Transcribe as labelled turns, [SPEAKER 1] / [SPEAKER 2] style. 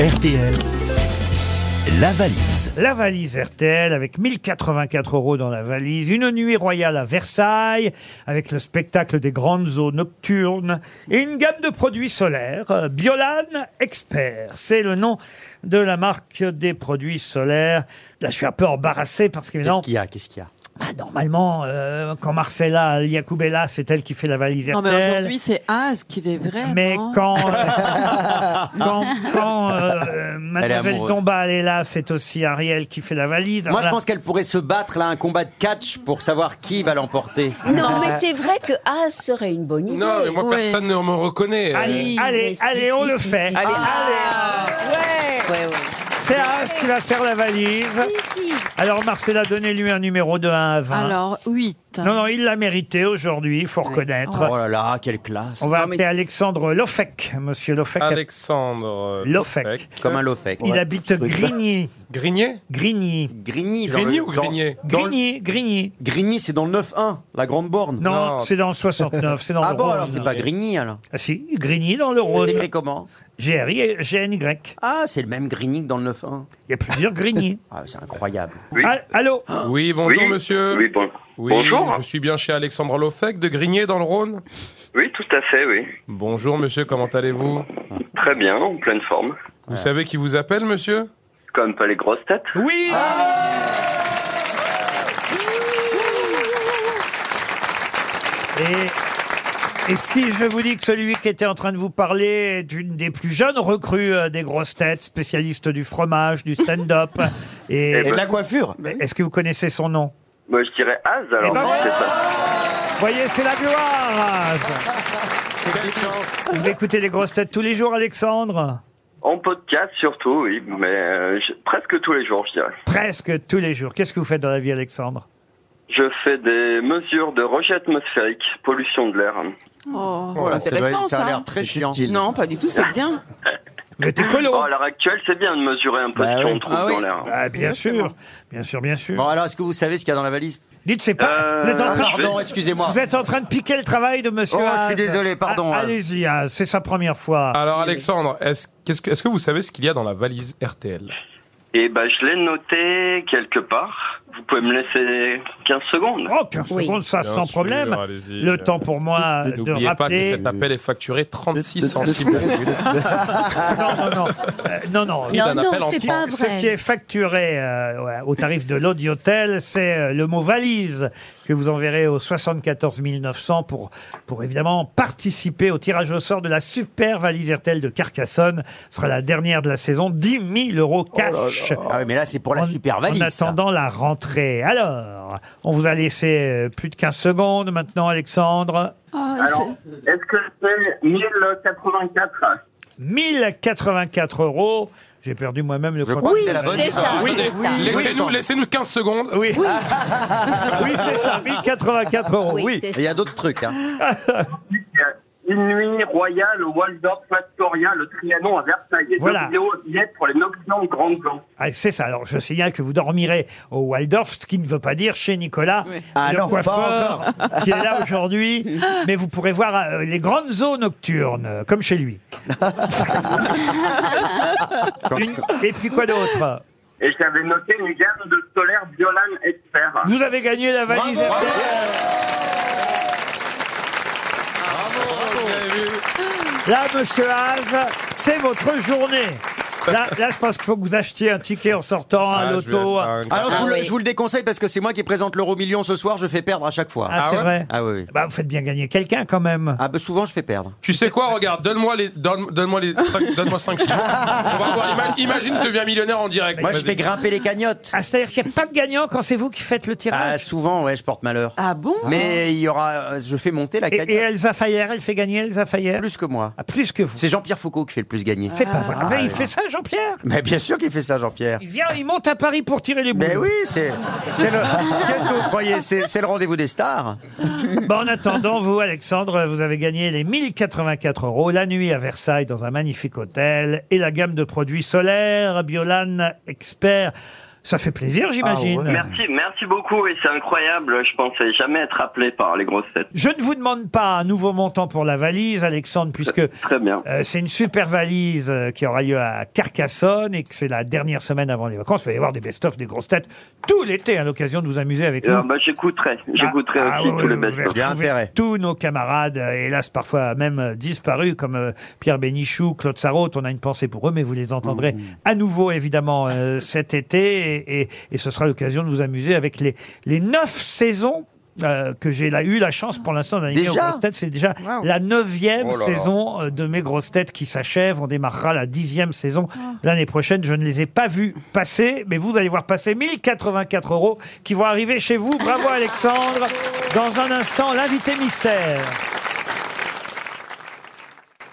[SPEAKER 1] RTL, la valise.
[SPEAKER 2] La valise RTL avec 1084 euros dans la valise, une nuit royale à Versailles avec le spectacle des grandes eaux nocturnes et une gamme de produits solaires. euh, Biolan Expert, c'est le nom de la marque des produits solaires. Là, je suis un peu embarrassé parce qu'évidemment,
[SPEAKER 3] Qu'est-ce qu'il y a Qu'est-ce qu'il y a
[SPEAKER 2] bah, normalement, euh, quand Marcella Liacoubella, c'est elle qui fait la valise
[SPEAKER 4] Non, mais
[SPEAKER 2] RTL.
[SPEAKER 4] aujourd'hui, c'est Az qui est vrai.
[SPEAKER 2] Mais
[SPEAKER 4] non
[SPEAKER 2] quand, euh, quand, quand euh, Mademoiselle
[SPEAKER 3] amoureuse.
[SPEAKER 2] Dombal est là, c'est aussi Ariel qui fait la valise.
[SPEAKER 3] Moi,
[SPEAKER 2] Alors
[SPEAKER 3] je
[SPEAKER 2] là-
[SPEAKER 3] pense qu'elle pourrait se battre là un combat de catch pour savoir qui va l'emporter.
[SPEAKER 5] Non, mais c'est vrai que As serait une bonne idée.
[SPEAKER 6] Non, mais moi
[SPEAKER 4] Ouais.
[SPEAKER 6] personne ne me reconnaît.
[SPEAKER 2] Allez,
[SPEAKER 4] Si,
[SPEAKER 2] Euh, allez,
[SPEAKER 5] mais si,
[SPEAKER 2] allez, on
[SPEAKER 5] si,
[SPEAKER 2] le
[SPEAKER 5] si,
[SPEAKER 2] fait.
[SPEAKER 5] si.
[SPEAKER 2] Allez,
[SPEAKER 4] Ouais
[SPEAKER 5] Ouais, ouais.
[SPEAKER 2] allez. Ah, C'est As qui va faire la valise. Alors, Marcella, donnez-lui un numéro de 1 à 20.
[SPEAKER 4] Alors, 8.
[SPEAKER 2] Non, non, il l'a mérité aujourd'hui, il faut reconnaître.
[SPEAKER 3] Oh là là, quelle classe
[SPEAKER 2] On va appeler Alexandre Lofec, monsieur Lofec.
[SPEAKER 6] Alexandre euh,
[SPEAKER 2] Lofec.
[SPEAKER 3] Comme un lofec.
[SPEAKER 2] Il habite Grigny.
[SPEAKER 6] Grigné
[SPEAKER 2] Grigny.
[SPEAKER 3] Grigny, dans
[SPEAKER 6] Grigny
[SPEAKER 3] le-
[SPEAKER 6] ou
[SPEAKER 3] dans-
[SPEAKER 6] Grigné
[SPEAKER 3] dans le-
[SPEAKER 2] Grigny, Grigny.
[SPEAKER 3] Grigny, c'est dans le 9-1, la grande borne.
[SPEAKER 2] Non,
[SPEAKER 6] Non.
[SPEAKER 2] c'est dans le 69, c'est dans
[SPEAKER 3] Ah
[SPEAKER 2] le
[SPEAKER 3] bon,
[SPEAKER 2] Rhône.
[SPEAKER 3] alors c'est pas Grigny alors.
[SPEAKER 2] Ah si, Grigny dans le
[SPEAKER 3] C'est
[SPEAKER 2] Rhône.
[SPEAKER 3] écrit comment
[SPEAKER 2] G-R-I et G-N-Y.
[SPEAKER 3] Ah, c'est le même Grigny que dans le 9-1.
[SPEAKER 2] Il y a plusieurs Grigny.
[SPEAKER 3] Ah, c'est incroyable.
[SPEAKER 2] Ah, allô
[SPEAKER 6] Oui, bonjour
[SPEAKER 7] Oui.
[SPEAKER 6] monsieur.
[SPEAKER 7] Oui, bon-
[SPEAKER 6] Oui,
[SPEAKER 7] bonjour.
[SPEAKER 6] Je suis bien chez Alexandre Lofec de Grigné dans le Rhône.
[SPEAKER 7] Oui, tout à fait, oui.
[SPEAKER 6] Bonjour monsieur, comment allez-vous
[SPEAKER 7] Très bien, en pleine forme.
[SPEAKER 6] Vous savez qui vous appelle monsieur
[SPEAKER 7] Comme pas les grosses têtes.
[SPEAKER 2] Oui
[SPEAKER 7] Ah.
[SPEAKER 2] et, et si je vous dis que celui qui était en train de vous parler est une des plus jeunes recrues euh, des grosses têtes, spécialiste du fromage, du stand-up, et,
[SPEAKER 7] Eh ben-
[SPEAKER 2] et-
[SPEAKER 1] la coiffure.
[SPEAKER 2] est-ce que vous connaissez son nom
[SPEAKER 7] Moi, je dirais Az, alors.
[SPEAKER 2] ben
[SPEAKER 7] non,
[SPEAKER 2] voilà.
[SPEAKER 7] c'est ça.
[SPEAKER 2] Voyez, c'est la gloire Vous écoutez les grosses têtes tous les jours, Alexandre
[SPEAKER 7] En podcast, surtout, oui. Mais euh, je- presque tous les jours, je dirais.
[SPEAKER 2] Presque tous les jours. Qu'est-ce que vous faites dans la vie, Alexandre
[SPEAKER 7] Je fais des mesures de rejet atmosphérique, pollution de l'air.
[SPEAKER 4] Oh,
[SPEAKER 3] Voilà,
[SPEAKER 4] c'est
[SPEAKER 3] ça doit-
[SPEAKER 4] intéressant,
[SPEAKER 3] ça a
[SPEAKER 4] ça.
[SPEAKER 3] l'air très chiant.
[SPEAKER 4] Non, pas du tout, c'est bien.
[SPEAKER 2] Vous êtes écolo
[SPEAKER 7] Oh, à l'heure actuelle, c'est bien de mesurer un peu
[SPEAKER 3] Bah
[SPEAKER 7] ce
[SPEAKER 3] oui.
[SPEAKER 7] qu'on trouve
[SPEAKER 4] Ah oui.
[SPEAKER 7] dans l'air.
[SPEAKER 2] Ah, bien sûr, bien sûr, bien sûr.
[SPEAKER 3] Bon, alors, est-ce que vous savez ce qu'il y a dans la valise
[SPEAKER 2] Dites, c'est pas.
[SPEAKER 7] Euh,
[SPEAKER 2] Vous, êtes en
[SPEAKER 3] Ah,
[SPEAKER 7] je
[SPEAKER 2] train,
[SPEAKER 7] vais-
[SPEAKER 3] pardon, excusez-moi.
[SPEAKER 2] vous êtes en train de piquer le travail de monsieur.
[SPEAKER 3] Oh, je suis
[SPEAKER 2] Haas.
[SPEAKER 3] désolé, pardon, hein.
[SPEAKER 2] Ah,
[SPEAKER 3] Haas.
[SPEAKER 2] Allez-y, Haas, c'est sa première fois.
[SPEAKER 6] Alors Alexandre, est-ce qu'est-ce que, est-ce que vous savez ce qu'il y a dans la valise RTL
[SPEAKER 7] Et ben, je l'ai noté quelque part. Vous pouvez me laisser 15 secondes.
[SPEAKER 2] Oh, 15
[SPEAKER 5] Oui.
[SPEAKER 2] secondes, ça,
[SPEAKER 6] Bien
[SPEAKER 2] sans
[SPEAKER 6] sûr,
[SPEAKER 2] problème.
[SPEAKER 6] allez-y.
[SPEAKER 2] Le temps pour moi de
[SPEAKER 6] N'oubliez pas que
[SPEAKER 2] rappeler.
[SPEAKER 6] cet appel est facturé 36 centimes la minute.
[SPEAKER 2] non, non, non. Euh, non, non.
[SPEAKER 6] Prix d'un
[SPEAKER 8] Non,
[SPEAKER 6] appel
[SPEAKER 8] non,
[SPEAKER 6] entier.
[SPEAKER 8] c'est pas
[SPEAKER 2] Ce
[SPEAKER 8] vrai.
[SPEAKER 2] qui est facturé euh, ouais, au tarif de l'audiotel, c'est euh, le mot valise que vous enverrez au 74 900 pour, pour évidemment participer au tirage au sort de la super valise RTL de Carcassonne. Ce sera la dernière de la saison. 10 000 euros cash.
[SPEAKER 3] Ah oui, mais là, c'est pour la
[SPEAKER 2] En-
[SPEAKER 3] super valise.
[SPEAKER 2] En
[SPEAKER 3] ça.
[SPEAKER 2] attendant la rentrée. Alors, on vous a laissé euh, plus de 15 secondes maintenant, Alexandre.
[SPEAKER 4] Ah,
[SPEAKER 7] Alors,
[SPEAKER 4] c'est-
[SPEAKER 7] est-ce que c'est 1084
[SPEAKER 2] 1084 euros. J'ai perdu moi-même le
[SPEAKER 3] Je
[SPEAKER 2] compte.
[SPEAKER 3] crois que c'est la bonne
[SPEAKER 8] c'est
[SPEAKER 3] histoire.
[SPEAKER 8] ça.
[SPEAKER 6] Oui,
[SPEAKER 8] c'est ça.
[SPEAKER 6] Laissez-nous laissez-nous 15 secondes.
[SPEAKER 2] Oui, oui, c'est ça, 1084 euros. Oui,
[SPEAKER 8] c'est ça.
[SPEAKER 3] Il y a d'autres trucs. Hein.
[SPEAKER 7] Une nuit royale au Waldorf Astoria, le Trianon à Versailles. Et
[SPEAKER 2] Voilà.
[SPEAKER 7] Deux vidéos billets pour les nocturnes grandes gens.
[SPEAKER 2] Ah, c'est ça. Alors, je signale que vous dormirez au Waldorf, ce qui ne veut pas dire chez Nicolas,
[SPEAKER 1] Ah
[SPEAKER 2] le
[SPEAKER 1] non, pas
[SPEAKER 2] coiffeur, qui est là aujourd'hui. Mais vous pourrez voir euh, les grandes zones nocturnes, euh, comme chez lui. Une- Et puis quoi d'autre
[SPEAKER 7] Et j'avais noté une gamme de solaire Biolan Expert.
[SPEAKER 2] Vous avez gagné la valise. RTL. Là, monsieur Haas, c'est votre journée. Là, là, je pense qu'il faut que vous achetiez un ticket en sortant, un
[SPEAKER 6] Ah, je vais
[SPEAKER 2] loto.
[SPEAKER 6] acheter un-
[SPEAKER 4] Ah
[SPEAKER 3] Alors, je, vous le,
[SPEAKER 8] oui.
[SPEAKER 3] je vous le déconseille parce que c'est moi qui présente l'euro million ce soir, je fais perdre à chaque fois.
[SPEAKER 2] Ah, c'est
[SPEAKER 6] ouais
[SPEAKER 2] vrai.
[SPEAKER 3] Ah oui, oui.
[SPEAKER 2] Bah, vous faites bien gagner quelqu'un quand même.
[SPEAKER 3] Ah, bah, souvent, je fais perdre.
[SPEAKER 6] Tu sais quoi, regarde, donne-moi les, donne, donne-moi les, cinq- donne-moi 5 chiffres. On va voir, ima- imagine, tu deviens millionnaire en direct.
[SPEAKER 3] Moi, je
[SPEAKER 6] Vas-y.
[SPEAKER 3] fais grimper les cagnottes.
[SPEAKER 2] Ah, c'est-à-dire qu'il n'y a pas de gagnant quand c'est vous qui faites le
[SPEAKER 3] Ah,
[SPEAKER 2] tirage.
[SPEAKER 3] souvent, ouais, je porte malheur.
[SPEAKER 4] Ah bon
[SPEAKER 3] Mais il y aura. euh, Je fais monter la
[SPEAKER 2] et, et
[SPEAKER 3] cagnotte
[SPEAKER 2] Elsa Fayer, elle fait gagner Elsa Fayer
[SPEAKER 3] plus que moi.
[SPEAKER 2] Ah, Plus que vous.
[SPEAKER 3] C'est Jean-Pierre Foucault qui fait le plus gagner.
[SPEAKER 2] C'est pas vrai.
[SPEAKER 3] Ah,
[SPEAKER 2] Mais
[SPEAKER 3] ouais.
[SPEAKER 2] il fait ça, Jean-Pierre
[SPEAKER 3] Mais bien sûr qu'il fait ça, Jean-Pierre.
[SPEAKER 2] Il vient, il monte à Paris pour tirer les boules.
[SPEAKER 3] Mais oui, c'est c'est le. Qu'est-ce que vous croyez C'est c'est le rendez-vous des stars.
[SPEAKER 2] Bon, en attendant, vous, Alexandre, vous avez gagné les 1084 euros la nuit à Versailles dans un magnifique hôtel et la gamme de produits solaires Biolan Expert. Ça fait plaisir, j'imagine.
[SPEAKER 3] Ah ouais.
[SPEAKER 7] Merci, merci beaucoup et c'est incroyable. Je pensais jamais être appelé par les grosses têtes.
[SPEAKER 2] Je ne vous demande pas un nouveau montant pour la valise, Alexandre, puisque
[SPEAKER 7] Très bien.
[SPEAKER 2] euh, c'est une super valise euh, qui aura lieu à Carcassonne et que c'est la dernière semaine avant les vacances. Vous allez voir des best-of des grosses têtes tout l'été à l'occasion de vous amuser avec
[SPEAKER 7] Euh,
[SPEAKER 2] nous.
[SPEAKER 7] bah, j'écouterai, j'écouterai
[SPEAKER 2] Ah,
[SPEAKER 7] aussi
[SPEAKER 2] ah, oui,
[SPEAKER 7] tous les
[SPEAKER 2] oui,
[SPEAKER 7] best
[SPEAKER 2] vous
[SPEAKER 3] Il y a
[SPEAKER 2] retrouvez
[SPEAKER 3] intérêt.
[SPEAKER 2] Tous nos camarades, euh, hélas parfois même euh, disparus, comme euh, Pierre Bénichou, Claude Sarraute, on a une pensée pour eux, mais vous les entendrez à nouveau évidemment euh, cet été et, et- et ce sera l'occasion de vous amuser avec les, les neuf saisons. euh, que j'ai là, eu la chance pour l'instant d'animer aux
[SPEAKER 3] Déjà
[SPEAKER 2] grosses têtes. C'est déjà
[SPEAKER 4] Wow.
[SPEAKER 2] la neuvième
[SPEAKER 3] Oh là là.
[SPEAKER 2] saison euh, de mes grosses têtes qui s'achève. On démarrera la dixième saison l'année prochaine. Je ne les ai pas vus passer, mais vous allez voir passer 1084 euros qui vont arriver chez vous. Bravo Alexandre. Dans un instant, l'invité mystère.